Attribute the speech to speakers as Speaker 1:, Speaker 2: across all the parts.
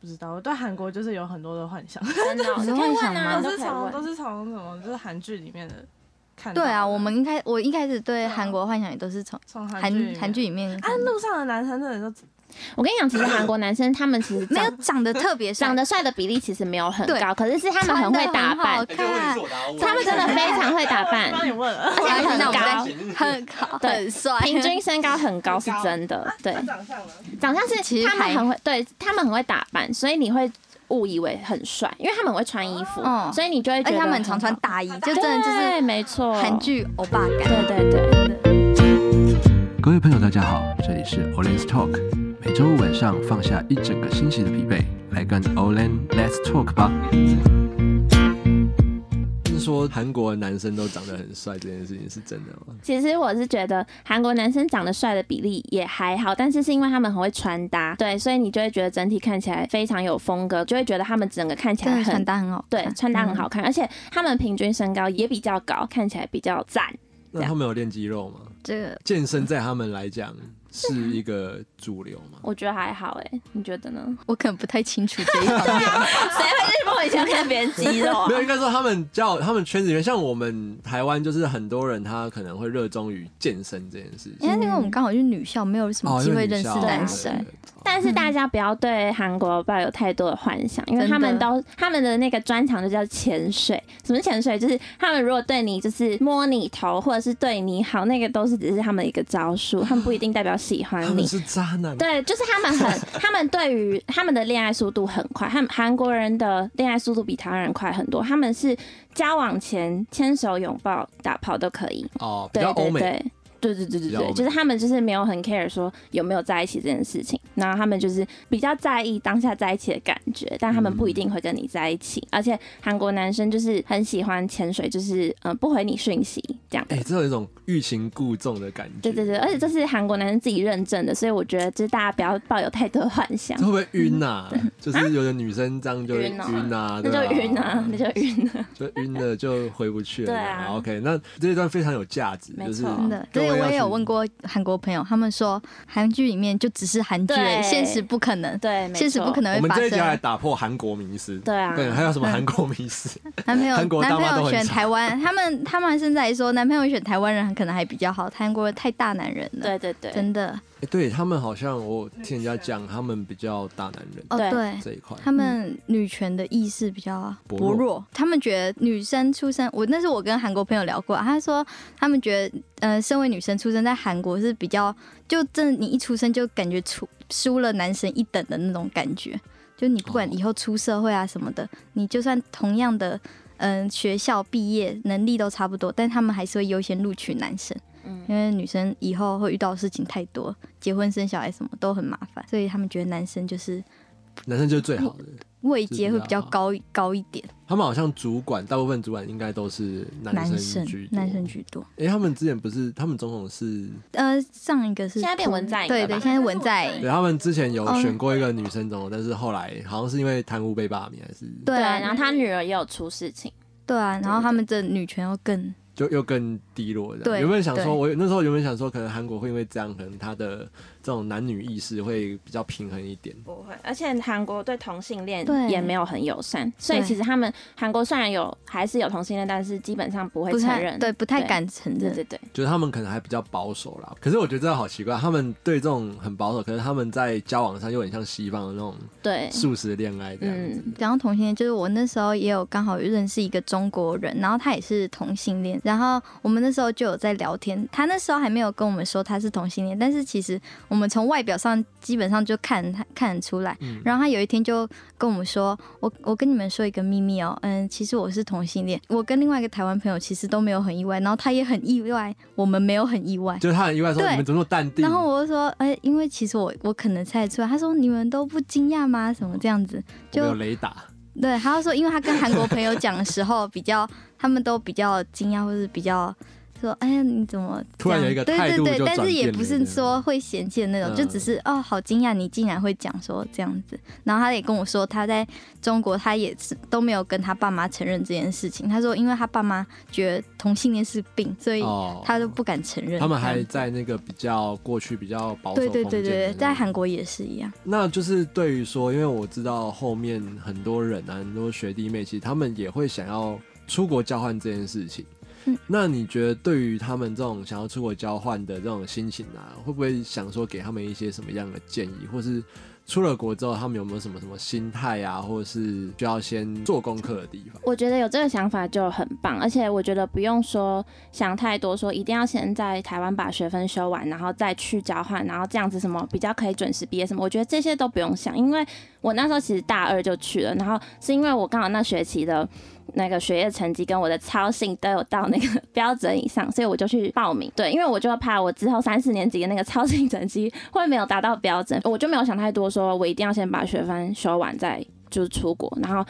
Speaker 1: 不知道，我对韩国就是有很多的幻想，
Speaker 2: 真的哦，
Speaker 3: 你
Speaker 2: 你
Speaker 3: 是
Speaker 2: 可以
Speaker 3: 幻
Speaker 2: 问
Speaker 3: 想
Speaker 2: 啊，
Speaker 3: 吗
Speaker 2: 你
Speaker 1: 都是
Speaker 2: 都可以
Speaker 1: 从
Speaker 2: 问。
Speaker 1: 都是从什么，就是韩剧里面的看到
Speaker 3: 对
Speaker 1: 的。
Speaker 3: 啊，我们一开我一开始对
Speaker 1: 啊
Speaker 3: 韩国幻想也都是从
Speaker 1: 从
Speaker 3: 韩
Speaker 1: 韩剧里面
Speaker 3: 韩剧里面
Speaker 1: 啊，路上的男生真的就
Speaker 2: 我跟你讲，其实韩国男生他们其实
Speaker 3: 没
Speaker 2: 长
Speaker 3: 有长得特 别帅
Speaker 2: 啊长得帅的比例其实没有很
Speaker 3: 对
Speaker 2: 高，可是是他们很会打扮，
Speaker 3: 穿
Speaker 2: 他们
Speaker 3: 得很好
Speaker 4: 这个问题是我答案，
Speaker 2: 真的非常会打扮，
Speaker 1: 帮你问了，
Speaker 3: 看，
Speaker 2: 而且很高，
Speaker 3: 很很高，
Speaker 2: 对
Speaker 3: 很帅，
Speaker 2: 平均身高很高是真的，对，
Speaker 1: 长相了，
Speaker 2: 长相是
Speaker 3: 其实
Speaker 2: 他们
Speaker 3: 还
Speaker 2: 很会，对他们很会打扮，所以你会误以为很帅，因为他们很会穿衣服，
Speaker 3: 嗯
Speaker 2: 所以你就会
Speaker 3: 而
Speaker 2: 觉
Speaker 3: 且
Speaker 2: 得
Speaker 3: 他们很
Speaker 2: 很
Speaker 3: 常穿
Speaker 2: 好，
Speaker 3: 大衣，
Speaker 2: 对，
Speaker 3: 就真的就是
Speaker 2: 没错，
Speaker 3: 韩，剧欧巴感。
Speaker 2: 对对对。
Speaker 5: 各位朋友，大家好，这里是 Olen's Talk，每周五晚上放下一整个星期的疲惫，来跟 Olen Let's Talk 吧。
Speaker 4: 就是说韩国的男生都长得很帅这件事情是真的吗？
Speaker 2: 其实我是觉得韩国男生长得帅的比例也还好，但是是因为他们很会穿搭，对，所以你就会觉得整体看起来非常有风格，就会觉得他们整个看起
Speaker 3: 真
Speaker 2: 来
Speaker 3: 的穿
Speaker 2: 很。
Speaker 3: 搭很好看，
Speaker 2: 对，穿搭很好
Speaker 3: 嗯。
Speaker 2: 看，而且他们平均身高也比较高，看起来比较赞。
Speaker 4: 那他们有练肌肉吗？
Speaker 3: 这个
Speaker 4: 健身在他们来讲是
Speaker 2: 啊
Speaker 4: 一个主流吗？
Speaker 2: 我觉得还好哎、你觉得呢？
Speaker 3: 我可能不太清楚这一方面。
Speaker 2: 谁会日梦一想看别人肌肉啊
Speaker 4: 没有，应该说他们叫他们圈子里面，像我们台湾就是很多人他可能会热衷于健身这件事情
Speaker 3: 因。为因为我们刚好去女校，没有什么机会认识
Speaker 4: 哦因为
Speaker 3: 男
Speaker 2: 啊
Speaker 4: 女校
Speaker 3: 生。
Speaker 2: 但
Speaker 3: 嗯
Speaker 2: 是大家不要对韩国抱有太多的幻想，因为
Speaker 3: 真的
Speaker 2: 他们都他们的那个专长就叫潜水。什么潜水？就是他们如果对你就是摸你头，或者是对你好，那个都是只是他们一个招 数，他们不一定代表喜欢
Speaker 4: 他
Speaker 2: 你
Speaker 4: 们。是渣男，
Speaker 2: 对，就是他们 很，他们对于他们的恋爱速度很快，他们韩国人的恋爱速度比台湾人快很多。他们是交往前牵手、拥抱、打炮都可以，
Speaker 4: 哦，比
Speaker 2: 对
Speaker 4: 较欧
Speaker 2: 对
Speaker 4: 美，
Speaker 2: 对。对对对对
Speaker 4: 比较
Speaker 2: 对，
Speaker 4: 欧美
Speaker 2: 就是他们就是没有很 care 说有没有在一起这件事情，然后他们就是比较在意当下在一起的感觉，但他们不一定会跟你在一起。
Speaker 4: 嗯
Speaker 2: 而且韩国男生就是很喜欢潜水，就是嗯、呃不回你讯息这样的。
Speaker 4: 哎，这有一种欲擒故纵的感觉。
Speaker 2: 对对对，而且这是韩国男生自己认证的，所以我觉得就是大家不要抱有太多幻想
Speaker 4: 这，会不会晕呐？就是有的女生这样就会
Speaker 2: 嗯晕哦
Speaker 4: 晕啊，
Speaker 2: 那
Speaker 4: 对吧
Speaker 2: 就晕啊，那就晕了。
Speaker 4: 就晕了就回不去了。
Speaker 2: 对啊
Speaker 4: 好，OK，那这一段非常有价值，
Speaker 2: 没
Speaker 4: 就是
Speaker 2: 错
Speaker 3: 真的，
Speaker 4: 各
Speaker 3: 所
Speaker 4: 位
Speaker 3: 以
Speaker 4: 要
Speaker 3: 我也有
Speaker 4: 去
Speaker 3: 问过韩国朋友，他们说韩剧里面就只是韩剧而已，
Speaker 2: 对
Speaker 3: 现实不可能，
Speaker 2: 对，没
Speaker 3: 现实
Speaker 2: 错
Speaker 3: 不可能
Speaker 4: 我
Speaker 3: 会
Speaker 4: 们
Speaker 3: 发
Speaker 4: 这一集要来
Speaker 3: 生。
Speaker 4: 打破韩国迷思。
Speaker 2: 对啊，
Speaker 4: 对，还有什么韩国迷 思？
Speaker 3: 男朋友
Speaker 4: 韩国大
Speaker 3: 男
Speaker 4: 妈
Speaker 3: 朋
Speaker 4: 都
Speaker 3: 友
Speaker 4: 很
Speaker 3: 选
Speaker 4: 少
Speaker 3: 台湾，他们他们现在说男朋友选台湾人可能还比较好，韩国人太大男人了，
Speaker 2: 对对对，
Speaker 3: 真的
Speaker 4: 欸对他们好像我听人家讲，他们比较大男人
Speaker 3: 哦
Speaker 2: 对
Speaker 3: 对。
Speaker 4: 这一块。
Speaker 3: 他们女权的意识比较
Speaker 4: 薄
Speaker 3: 薄
Speaker 4: 弱
Speaker 3: 弱，他们觉得女生出生，我那是我跟韩国朋友聊过啊，他说他们觉得，呃，身为女生出生在韩国是比较，就真的你一出生就感觉出输了男生一等的那种感觉，就你不管
Speaker 4: 哦
Speaker 3: 以后出社会啊什么的，你就算同样的，嗯、学校毕业能力都差不多，但他们还是会优先录取男生。
Speaker 2: 嗯
Speaker 3: 因为女生以后会遇到的事情太多，结婚生小孩什么都很麻烦，所以他们觉得男生就是
Speaker 4: 男生就是最好的，
Speaker 3: 位阶会比较高一高一点，
Speaker 4: 他们好像主管大部分主管应该都是男
Speaker 3: 男
Speaker 4: 生
Speaker 3: 生
Speaker 4: 居多。
Speaker 3: 男生居多。
Speaker 4: 哎，他们之前不是他们总统是，
Speaker 3: 呃，上一个是
Speaker 2: 现在变文在寅
Speaker 3: 对
Speaker 2: 了吧
Speaker 3: 对，现在文在
Speaker 4: 对
Speaker 3: 寅。
Speaker 4: 他们之前有
Speaker 3: 哦
Speaker 4: 选过一个女生总统，但是后来好像是因为贪污被罢免，还是
Speaker 3: 对
Speaker 2: 对，
Speaker 3: 啊，
Speaker 2: 然后他女儿也有出事情，
Speaker 3: 对啊，然后他们的女权又更
Speaker 4: 就又更低落这样。
Speaker 3: 对
Speaker 4: 原本想说，
Speaker 3: 对
Speaker 4: 我那时候原本想说，可能韩国会因为这样，可能他的这种男女意识会比较平衡一点。
Speaker 2: 不会，而且韩国对同性恋
Speaker 3: 对
Speaker 2: 也没有很友善，所以
Speaker 3: 对
Speaker 2: 其实他们韩国虽然有还是有同性恋，但是基本上不会
Speaker 3: 不
Speaker 2: 承
Speaker 3: 太
Speaker 2: 认。
Speaker 3: 对，不太
Speaker 2: 对
Speaker 3: 敢承
Speaker 2: 对
Speaker 3: 认。
Speaker 2: 对对，
Speaker 4: 就是他们可能还比较保守啦。可是我觉得这好奇怪，他们对这种很保守，可是他们在交往上又很像西方的那种
Speaker 2: 对
Speaker 4: 素食恋爱这样子。
Speaker 2: 嗯，
Speaker 3: 然后同性恋就是我那时候也有刚好认识一个中国人，然后他也是同性恋，然后我们那时候就有在聊天，他那时候还没有跟我们说他是同性恋，但是其实我们从外表上基本上就看他看得出来。
Speaker 4: 嗯
Speaker 3: 然后他有一天就跟我们说：“我我跟你们说一个秘密哦，嗯，其实我是同性恋。我跟另外一个台湾朋友其实都没有很意外，然后他也很意外，我们没有很意外。
Speaker 4: 就是他很意外说
Speaker 3: 对
Speaker 4: 你们怎么那么淡定？
Speaker 3: 然后我就说：哎、因为其实我我可能猜得出来。他说：你们都不惊讶吗？什么这样子？
Speaker 4: 我
Speaker 3: 就
Speaker 4: 们有雷达，
Speaker 3: 对，他就说，因为他跟韩国朋友讲的时候，比较他们都比较惊讶，或是比较说，哎呀，你怎么
Speaker 4: 突然
Speaker 3: 这样
Speaker 4: 有一个
Speaker 3: 对
Speaker 4: 态度
Speaker 3: 对
Speaker 4: 就
Speaker 3: 对，但
Speaker 4: 转
Speaker 3: 是也
Speaker 4: 变了
Speaker 3: 不
Speaker 4: 这
Speaker 3: 是
Speaker 4: 样
Speaker 3: 说会嫌弃的那种，
Speaker 4: 嗯
Speaker 3: 就只是哦，好惊讶你竟然会讲说这样子。然后他也跟我说，他在中国他也是都没有跟他爸妈承认这件事情。他说，因为他爸妈觉得同性恋是病，所以
Speaker 4: 哦
Speaker 3: 他都不敢承认。
Speaker 4: 他们
Speaker 3: 这
Speaker 4: 还
Speaker 3: 样
Speaker 4: 在那个比较过去比较保守
Speaker 3: 对对对
Speaker 4: 封建
Speaker 3: 对，
Speaker 4: 的
Speaker 3: 对在韩国也是一样。
Speaker 4: 那就是对于说，因为我知道后面很多人啊，很多学弟妹，其实他们也会想要出国交换这件事情。
Speaker 3: 嗯
Speaker 4: 那你觉得对于他们这种想要出国交换的这种心情啊，会不会想说给他们一些什么样的建议，或是出了国之后他们有没有什么什么心态啊，或者是需要先做功课的地方？
Speaker 2: 我觉得有这个想法就很棒，而且我觉得不用说想太多，说一定要先在台湾把学分修完，然后再去交换，然后这样子什么比较可以准时毕业什么，我觉得这些都不用想，因为我那时候其实大二就去了，然后是因为我刚好那学期的。那个学业成绩跟我的操性都有到那个标准以上，所以我就去报名。对，因为我就怕我之后三四年级的那个 操性成绩会没有达到标准，我就没有想太多，说我一定要先把学分修完再就是出国。然后，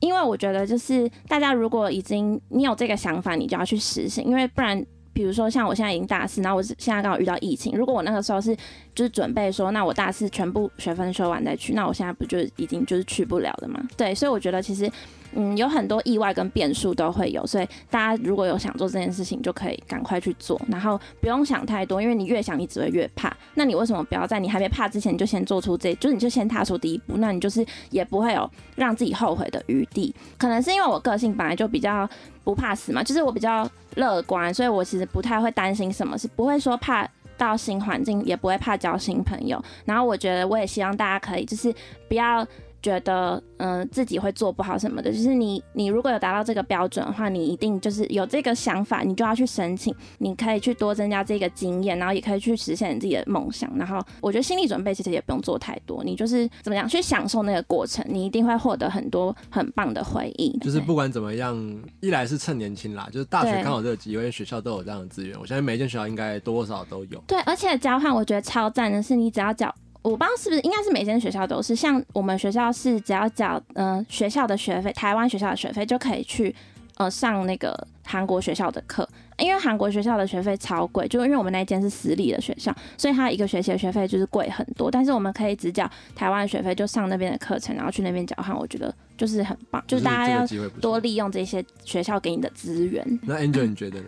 Speaker 2: 因为我觉得就是大家如果已经你有这个想法，你就要去实行，因为不然。比如说，像我现在已经大四，然后我是现在刚好遇到疫情。如果我那个时候是就是准备说，那我大四全部学分修完再去，那我现在不就已经就是去不了的嘛？对，所以我觉得其实嗯，有很多意外跟变数都会有，所以大家如果有想做这件事情，就可以赶快去做，然后不用想太多，因为你越想，你只会越怕。那你为什么不要在你还没怕之前，你就先做出这，就是你就先踏出第一步？那你就是也不会有让自己后悔的余地。可能是因为我个性本来就比较不怕死嘛，就是我比较乐观，所以我其实不太会担心什么事，不会说怕。到新环境也不会怕交新朋友，然后我觉得我也希望大家可以就是不要觉得嗯、呃自己会做不好什么的，就是你你如果有达到这个标准的话，你一定就是有这个想法，你就要去申请，你可以去多增加这个经验，然后也可以去实现你自己的梦想。然后我觉得心理准备其实也不用做太多，你就是怎么讲去享受那个过程，你一定会获得很多很棒的回忆。
Speaker 4: 就是
Speaker 2: 对
Speaker 4: 不管怎么样，一来是趁年轻啦，就是大学
Speaker 2: 对
Speaker 4: 刚好这个机会，因为学校都有这样的资源，我相信每一间学校应该多多少少都有。
Speaker 2: 对，而且交换我觉得超赞的是，你只要缴，我不知道是不是应该是每间学校都是，像我们学校是只要缴呃学校的学费，台湾学校的学费就可以去呃上那个韩国学校的课，因为韩国学校的学费超贵，就因为我们那间是私立的学校，所以它一个学期的学费就是贵很多，但是我们可以只缴台湾的学费，就上那边的课程，然后去那边交换，我觉得就是很棒，就是大家
Speaker 4: 这
Speaker 2: 要
Speaker 4: 个机会不错
Speaker 2: 多利用这些学校给你的资源。
Speaker 4: 那 Angel 你觉得呢？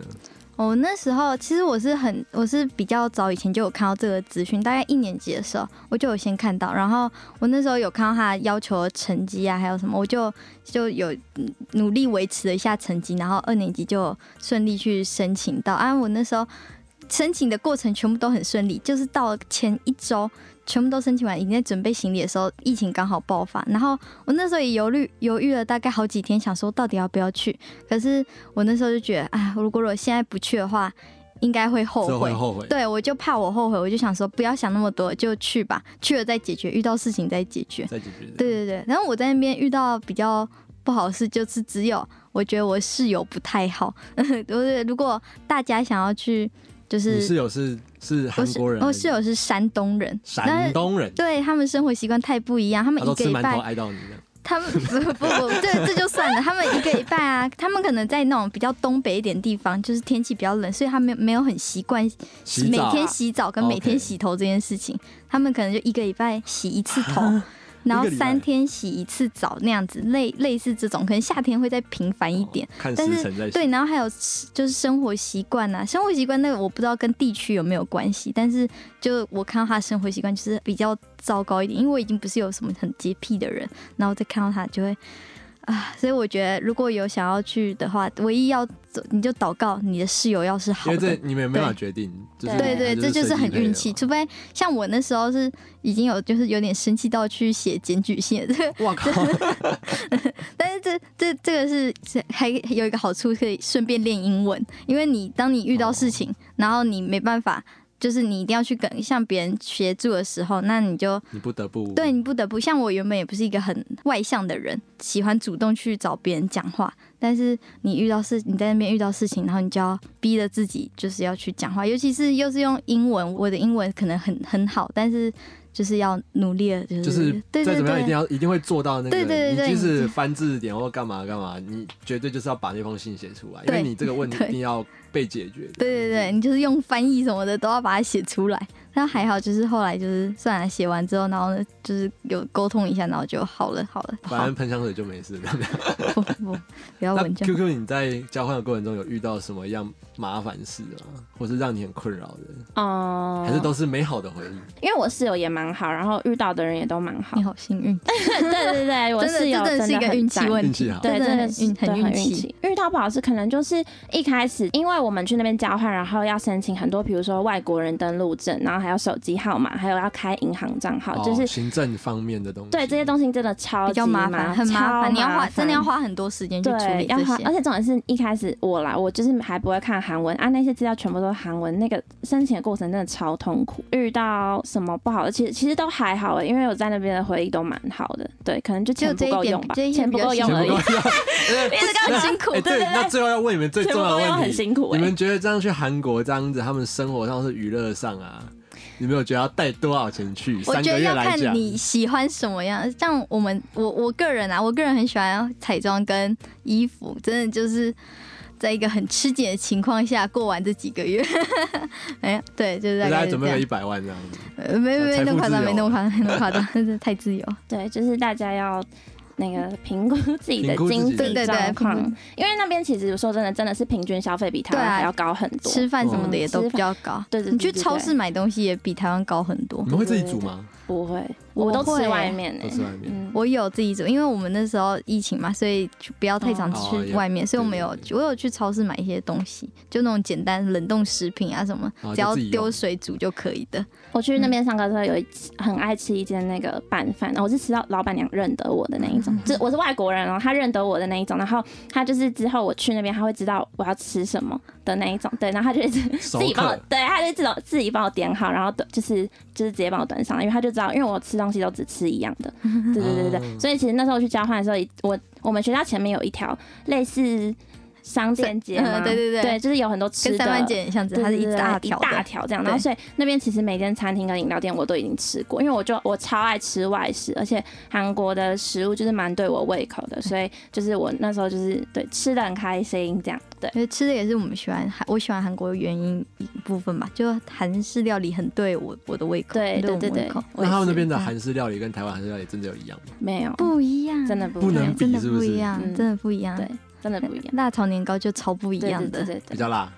Speaker 3: 我哦那时候其实我是很，我是比较早以前就有看到这个资讯，大概一年级的时候我就有先看到，然后我那时候有看到他要求的成绩啊，还有什么，我就就有嗯努力维持了一下成绩，然后二年级就顺利去申请到。啊，我那时候申请的过程全部都很顺利，就是到了前一周全部都申请完，已经在准备行李的时候，疫情刚好爆发，然后我那时候也犹豫犹豫了大概好几天，想说到底要不要去，可是我那时候就觉得，哎，如果我现在不去的话，应该会后
Speaker 4: 这
Speaker 3: 悔
Speaker 4: 会。后悔。
Speaker 3: 对，我就怕我后悔，我就想说不要想那么多，就去吧，去了再解决，遇到事情再解决。
Speaker 4: 再解决。
Speaker 3: 对，对对，然后我在那边遇到比较不好的事，就是只有我觉得我室友不太好。 就是如果大家想要去，就
Speaker 4: 你
Speaker 3: 是
Speaker 4: 室友是是
Speaker 3: 我
Speaker 4: 韩
Speaker 3: 室
Speaker 4: 国人，
Speaker 3: 我室友是山东人，但
Speaker 4: 山
Speaker 3: 是
Speaker 4: 东人，
Speaker 3: 对他们生活习惯太不一样，他们
Speaker 4: 他都
Speaker 3: 一个
Speaker 4: 吃
Speaker 3: 礼
Speaker 4: 馒头
Speaker 3: 拜，
Speaker 4: 爱到你这样。
Speaker 3: 他们不不不，这这就算了，他们一个礼拜啊，他们可能在那种比较东北一点地方，就是天气比较冷，所以他们没有很习惯
Speaker 4: 洗
Speaker 3: 每
Speaker 4: 澡啊
Speaker 3: 天洗澡跟
Speaker 4: OK
Speaker 3: 每天洗头这件事情他们可能就一个礼拜洗一次 头，然后
Speaker 4: 一个礼拜
Speaker 3: 三天洗一次澡那样子，类类似这种，可能夏天会再频繁一点。
Speaker 4: 看
Speaker 3: 但
Speaker 4: 时
Speaker 3: 是
Speaker 4: 辰再洗
Speaker 3: 对，然后还有吃就是生活习惯呐，生活习惯那个我不知道跟地区有没有关系，但是就我看到他的生活习惯就是比较糟糕一点，因为我已经不是有什么很洁癖的人，然后再看到他就会啊，所以我觉得如果有想要去的话，唯一要走你就祷告你的室友要是好
Speaker 4: 因为
Speaker 3: 的，
Speaker 4: 这你们也没办法
Speaker 3: 对
Speaker 4: 决定，就是
Speaker 3: 对
Speaker 2: 对
Speaker 3: 对，这就是很运气。除非像我那时候是已经有就是有点生气到去写检举信，
Speaker 4: 我靠，
Speaker 3: 但是这这这个是这还有一个好处，可以顺便练英文，因为你当你遇到事情，然后你没办法。就是你一定要去跟向别人协助的时候，那你就
Speaker 4: 你不得不
Speaker 3: 对你不得不像我原本也不是一个很外向的人，喜欢主动去找别人讲话。但是你遇到事，你在那边遇到事情，然后你就要逼着自己，就是要去讲话，尤其是又是用英文，我的英文可能很很好，但是就是要努力的，就是、
Speaker 4: 就是
Speaker 3: 对
Speaker 4: 再
Speaker 3: 对
Speaker 4: 怎么样一定
Speaker 3: 对。
Speaker 4: 要一定会做到那个，
Speaker 3: 对对对对
Speaker 4: 你即
Speaker 3: 你
Speaker 4: 使翻字典或干嘛干嘛，你绝对就是要把那封信写出来，因
Speaker 3: 对
Speaker 4: 为你这个问题
Speaker 3: 对
Speaker 4: 一定要被解决的。
Speaker 3: 对对对，你就是用翻译什么的都要把它写出来。但还好，就是后来就是算了，写完之后，然后呢，就是有沟通一下，然后就好了，好了，
Speaker 4: 反
Speaker 3: 好
Speaker 4: 正喷香水就没事。
Speaker 3: 不不不要
Speaker 4: 那
Speaker 3: 文章。
Speaker 4: QQ，你在交换的过程中有遇到什么样麻烦事啊，或是让你很困扰的，
Speaker 2: 哦、
Speaker 4: 还是都是美好的回忆？
Speaker 2: 因为我室友也蛮好，然后遇到的人也都蛮好
Speaker 3: 你。好幸运，
Speaker 2: 对对 对，我
Speaker 3: 真的
Speaker 2: 室友
Speaker 3: 真的是一个
Speaker 2: 很
Speaker 3: 运气
Speaker 2: 赞
Speaker 3: 问
Speaker 4: 运
Speaker 3: 题
Speaker 4: 气好，
Speaker 2: 对，
Speaker 3: 真
Speaker 2: 真
Speaker 3: 的
Speaker 2: 的
Speaker 3: 很运
Speaker 2: 对
Speaker 3: 很运气。。
Speaker 2: 遇到不好是可能就是一开始，因为我们去那边交换，然后要申请很多，比如说外国人登录证，然后还有手机号码，还有要开银行账号，就
Speaker 4: 哦
Speaker 2: 是
Speaker 4: 行政方面的东西。
Speaker 2: 对这些东西真的超
Speaker 3: 比
Speaker 2: 级
Speaker 3: 较麻烦，很麻
Speaker 2: 超
Speaker 3: 烦，你要花真的要
Speaker 2: 烦
Speaker 3: 花很多时间去处
Speaker 2: 对，
Speaker 3: 理
Speaker 2: 要
Speaker 3: 这
Speaker 2: 花，而
Speaker 3: 些。
Speaker 2: 且重点是一开始我啦，我就是还不会看韩文啊，那些资料全部都是韩文，那个申请的过程真的超痛苦。遇到什么不好的，其实其实都还好欸，因为我在那边的回忆都蛮好的。对，可能就钱
Speaker 3: 就这
Speaker 2: 不
Speaker 3: 一
Speaker 2: 够
Speaker 3: 点
Speaker 2: 用吧，
Speaker 3: 这一点
Speaker 2: 钱不
Speaker 3: 比较
Speaker 2: 够用
Speaker 4: 全
Speaker 2: 而
Speaker 4: 部
Speaker 2: 已
Speaker 4: 都。 要。
Speaker 3: 一直 都很辛苦，
Speaker 4: 哎，
Speaker 3: 对
Speaker 4: 对，那最后要问你们最重要
Speaker 2: 全部都
Speaker 4: 的问
Speaker 2: 要
Speaker 4: 题，
Speaker 2: 很辛苦欸
Speaker 4: 你们觉得这样去韩国这样子，他们生活上是娱乐上啊，你们有觉得要带多少钱去？
Speaker 3: 我
Speaker 4: 三
Speaker 3: 觉
Speaker 4: 个
Speaker 3: 得
Speaker 4: 月
Speaker 3: 要
Speaker 4: 来
Speaker 3: 看
Speaker 4: 讲，
Speaker 3: 你喜欢什么样，像我们我我个人啊，我个人很喜欢彩妆跟衣服，真的就是在一个很吃紧的情况下过完这几个月。 哎呀，对，就是
Speaker 4: 大
Speaker 3: 大
Speaker 4: 家
Speaker 3: 概是
Speaker 4: 准
Speaker 3: 这
Speaker 4: 备了一
Speaker 3: 样。
Speaker 4: 百万这样子。
Speaker 3: 呃，没没没那么夸张，没那么夸张，没那么夸张， 真的太自由。
Speaker 2: 对，就是大家要那个评估自己的
Speaker 4: 评估自己
Speaker 2: 经
Speaker 4: 的
Speaker 2: 济
Speaker 3: 对对对
Speaker 2: 状况
Speaker 3: 评，
Speaker 2: 因为那边其实说真的，真的是平均消费比台
Speaker 3: 对
Speaker 2: 湾
Speaker 3: 啊
Speaker 2: 还要高很多。
Speaker 3: 吃饭什么的也都
Speaker 2: 嗯
Speaker 3: 比较高。
Speaker 2: 对对，
Speaker 3: 你
Speaker 2: 对
Speaker 3: 去
Speaker 2: 对
Speaker 3: 超
Speaker 2: 对
Speaker 3: 市买东西也比台湾高很多
Speaker 4: 你。们会自己煮吗？
Speaker 2: 不会，
Speaker 3: 我
Speaker 2: 我都
Speaker 3: 会
Speaker 2: 吃外面欸，
Speaker 4: 都吃外面
Speaker 2: 嗯
Speaker 3: 我有自己煮，因为我们那时候疫情嘛，所以就不要太常
Speaker 4: 哦
Speaker 3: 去外面，所以我们有
Speaker 4: 对对
Speaker 3: 我有去超市买一些东西，就那种简单冷冻食品啊什么，
Speaker 4: 哦
Speaker 3: 只要
Speaker 4: 就自己用
Speaker 3: 丢水煮就可以的。
Speaker 2: 我去那边上课的时候，有一次很爱吃一间那个拌饭，然后我是吃到老板娘认得我的那一种，
Speaker 3: 嗯
Speaker 2: 就我是外国人哦，她认得我的那一种，然后她就是之后我去那边，她会知道我要吃什么的那一种，对，然后她就一直
Speaker 4: 熟
Speaker 2: 自己帮我
Speaker 4: 客，
Speaker 2: 对，她就自动自己帮我点好，然后就是就是直接帮我端上来，因为她就知道，因为我吃东西都只吃一样的，
Speaker 3: 嗯
Speaker 2: 对对对对
Speaker 4: 哦
Speaker 2: 对，所以其实那时候去交换的时候，我我们学校前面有一条类似商店街嘛，
Speaker 3: 嗯对对对
Speaker 2: 对，就是有很多吃
Speaker 3: 跟
Speaker 2: 的，
Speaker 3: 三番姐很像，只是
Speaker 2: 对
Speaker 3: 它是一
Speaker 2: 对对
Speaker 3: 大
Speaker 2: 对
Speaker 3: 条
Speaker 2: 一大
Speaker 3: 的。
Speaker 2: 条这样。然后
Speaker 3: 对
Speaker 2: 所以那边其实每间餐厅跟饮料店我都已经吃过，因为我就我超爱吃外食，而且韩国的食物就是蛮对我胃口的，所以就是我那时候就是对吃的很开心这样。对，
Speaker 3: 因为吃的也是我们喜欢韩，我喜欢韩国的原因一部分吧，就韩式料理很对我我的胃口，
Speaker 2: 对
Speaker 3: 很对
Speaker 2: 对
Speaker 3: 我
Speaker 2: 对
Speaker 3: 的胃
Speaker 2: 对
Speaker 3: 口，
Speaker 2: 我
Speaker 4: 那
Speaker 2: 也
Speaker 4: 他们那
Speaker 2: 是
Speaker 4: 边的韩式料理跟台湾韩式料理真的有一样吗？
Speaker 2: 没有，
Speaker 3: 不一样，
Speaker 2: 真的 不
Speaker 4: 不
Speaker 2: 一
Speaker 4: 能
Speaker 2: 样
Speaker 4: 比
Speaker 3: 真的
Speaker 4: 是不
Speaker 3: 不一
Speaker 4: 是
Speaker 3: 样，
Speaker 2: 嗯
Speaker 3: 真的不一样。
Speaker 2: 对，真的不一样。
Speaker 3: 辣炒年糕就超不一
Speaker 2: 对
Speaker 3: 样的
Speaker 2: 对，对
Speaker 4: 比
Speaker 2: 对对，
Speaker 4: 较辣，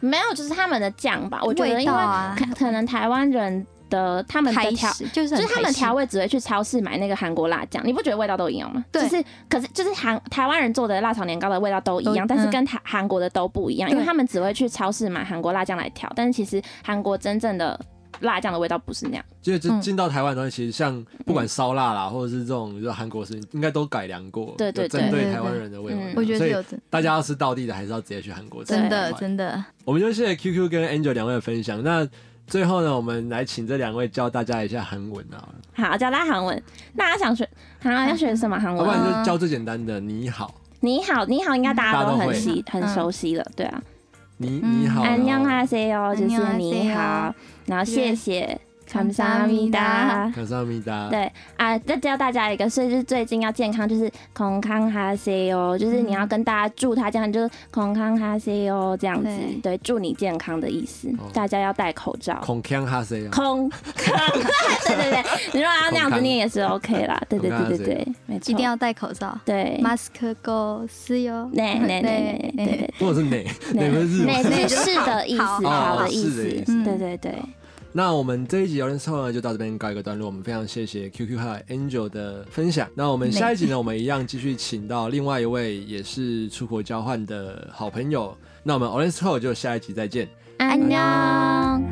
Speaker 2: 没有，就是他们的酱吧，我觉得
Speaker 3: 味
Speaker 2: 因
Speaker 3: 道
Speaker 2: 为
Speaker 3: 啊
Speaker 2: 可可能台湾人的他们的
Speaker 3: 台
Speaker 2: 调
Speaker 3: 式就是
Speaker 2: 就
Speaker 3: 很
Speaker 2: 是他
Speaker 3: 台
Speaker 2: 们
Speaker 3: 式
Speaker 2: 调味只会去超市买那个韩国辣酱，你不觉得味道都一样吗？
Speaker 3: 对
Speaker 2: 就是可是就是韩台湾人做的辣炒年糕的味道都一
Speaker 3: 都
Speaker 2: 样，但是
Speaker 3: 嗯
Speaker 2: 跟台韩国的都不一样，因为
Speaker 3: 对
Speaker 2: 他们只会去超市买韩国辣酱来调，但是其实韩国真正的辣酱的味道不是那样。
Speaker 4: 就是就
Speaker 3: 嗯
Speaker 4: 进到台湾的东西，其实像不管烧腊啦，或者是这种就是韩国食品，应该都改良过，
Speaker 2: 对对
Speaker 4: 有针
Speaker 3: 对
Speaker 4: 对
Speaker 3: 对
Speaker 4: 台湾
Speaker 3: 对
Speaker 4: 人的胃口
Speaker 2: 嗯。
Speaker 3: 我觉得
Speaker 4: 所
Speaker 3: 是
Speaker 4: 以
Speaker 3: 有的，
Speaker 4: 大家要吃道地的，还是要直接去韩国吃。
Speaker 3: 真的真的。
Speaker 4: 我们就谢谢 QQ 跟 Angel 两位的分享。那最后呢，我们来请这两位教大家一下韩文啊，
Speaker 2: 好，教大家韩文，大家想学啊要学什么韩
Speaker 4: 要不
Speaker 2: 文？
Speaker 4: 然你就教最简单的你好，
Speaker 2: 你好，你好，应该大
Speaker 4: 大
Speaker 2: 家
Speaker 4: 家
Speaker 2: 都
Speaker 4: 都
Speaker 2: 很
Speaker 4: 会
Speaker 2: 习很
Speaker 3: 嗯
Speaker 2: 熟悉了，对啊。
Speaker 4: 你
Speaker 3: 嗯
Speaker 4: 你好，
Speaker 2: 안녕하
Speaker 4: 然后
Speaker 2: 세요，就是你
Speaker 3: 안녕하세요
Speaker 2: 好，然后谢
Speaker 3: 对
Speaker 2: 谢，
Speaker 3: 감
Speaker 2: 감
Speaker 3: 사합
Speaker 2: 사합니
Speaker 3: 니다
Speaker 2: 다。
Speaker 4: 感谢阿米达，
Speaker 2: 对啊，再教大家一个，所以就是最近要健康，就是空康哈塞哟，就是你要跟大家祝他这样，就是空康哈塞哟这样子，
Speaker 3: 对
Speaker 2: 对，祝你健康的意思
Speaker 4: 哦。
Speaker 2: 大家要戴口罩。
Speaker 4: 孔康哈塞啊，
Speaker 2: 空康，对对对，你如果要那样子念也是 OK 啦，对对对对对，没错，
Speaker 3: 一定要戴口罩。
Speaker 2: 对，
Speaker 3: mask go 私有，
Speaker 2: 那那那那那对
Speaker 4: 或者是哪哪个日文
Speaker 2: 那，那是的意思，
Speaker 3: 好
Speaker 2: 好
Speaker 4: 哦
Speaker 2: 的意
Speaker 4: 是的意
Speaker 2: 思，
Speaker 3: 思
Speaker 2: 对对对，
Speaker 4: 那我们这一集聊天室呢，就到这边告一个段落。我们非常谢谢 QQ 还有 Angel 的分享。那我们下一集呢，我们一样继续请到另外一位也是出
Speaker 2: 嗯
Speaker 4: 国交换的好朋友。那我们 Orange Code 就下一集再见。
Speaker 3: 安
Speaker 2: 安妞。
Speaker 3: 妞。